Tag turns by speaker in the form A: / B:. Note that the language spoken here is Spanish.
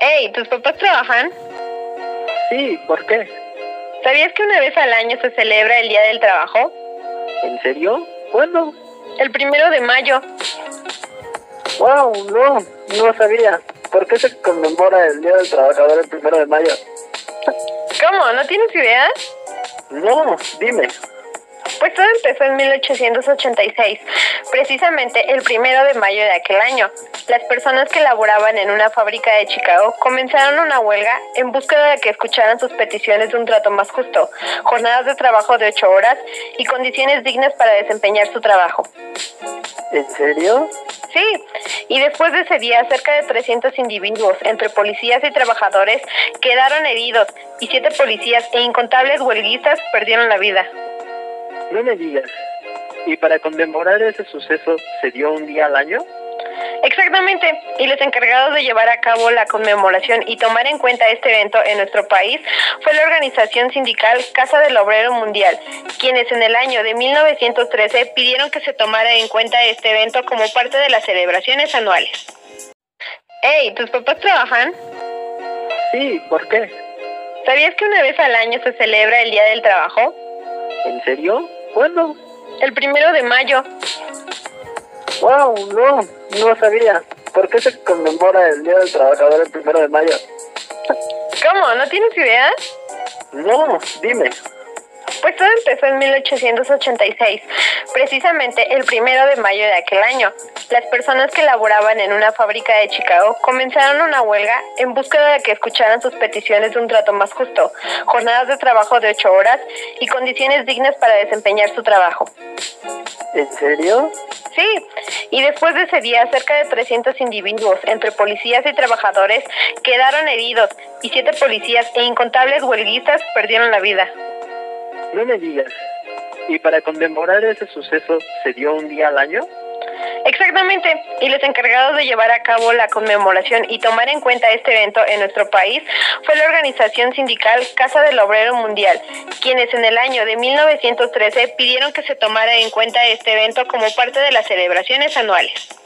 A: Hey, ¿tus papás trabajan?
B: Sí, ¿por qué?
A: ¿Sabías que una vez al año se celebra el Día del Trabajo?
B: ¿En serio? ¿Cuándo?
A: El primero de mayo.
B: Wow, no, no sabía. ¿Por qué se conmemora el Día del Trabajador el primero de mayo?
A: ¿Cómo? ¿No tienes idea?
B: No, dime.
A: Pues todo empezó en 1886, precisamente el primero de mayo de aquel año. Las personas que laboraban en una fábrica de Chicago comenzaron una huelga en búsqueda de que escucharan sus peticiones de un trato más justo, jornadas de trabajo de ocho horas y condiciones dignas para desempeñar su trabajo.
B: ¿En serio?
A: Sí, y después de ese día, cerca de 300 individuos, entre policías y trabajadores, quedaron heridos y siete policías e incontables huelguistas perdieron la vida.
B: No me digas. ¿Y para conmemorar ese suceso se dio un día al año?
A: Exactamente, y los encargados de llevar a cabo la conmemoración y tomar en cuenta este evento en nuestro país fue la organización sindical Casa del Obrero Mundial, quienes en el año de 1913 pidieron que se tomara en cuenta este evento como parte de las celebraciones anuales. Hey, ¿tus papás trabajan?
B: Sí, ¿por qué?
A: ¿Sabías que una vez al año se celebra el Día del Trabajo?
B: ¿En serio? ¿Cuándo?
A: El primero de mayo.
B: Wow, no, no sabía. ¿Por qué se conmemora el Día del Trabajador el primero de mayo?
A: ¿Cómo? ¿No tienes idea?
B: No, dime.
A: Pues todo empezó en 1886, precisamente el primero de mayo de aquel año. Las personas que laboraban en una fábrica de Chicago comenzaron una huelga en búsqueda de que escucharan sus peticiones de un trato más justo, jornadas de trabajo de ocho horas y condiciones dignas para desempeñar su trabajo.
B: ¿En serio?
A: Sí, y después de ese día, cerca de 300 individuos, entre policías y trabajadores, quedaron heridos y siete policías e incontables huelguistas perdieron la vida.
B: No me digas. ¿Y para conmemorar ese suceso se dio un día al año?
A: Exactamente, y los encargados de llevar a cabo la conmemoración y tomar en cuenta este evento en nuestro país fue la organización sindical Casa del Obrero Mundial, quienes en el año de 1913 pidieron que se tomara en cuenta este evento como parte de las celebraciones anuales.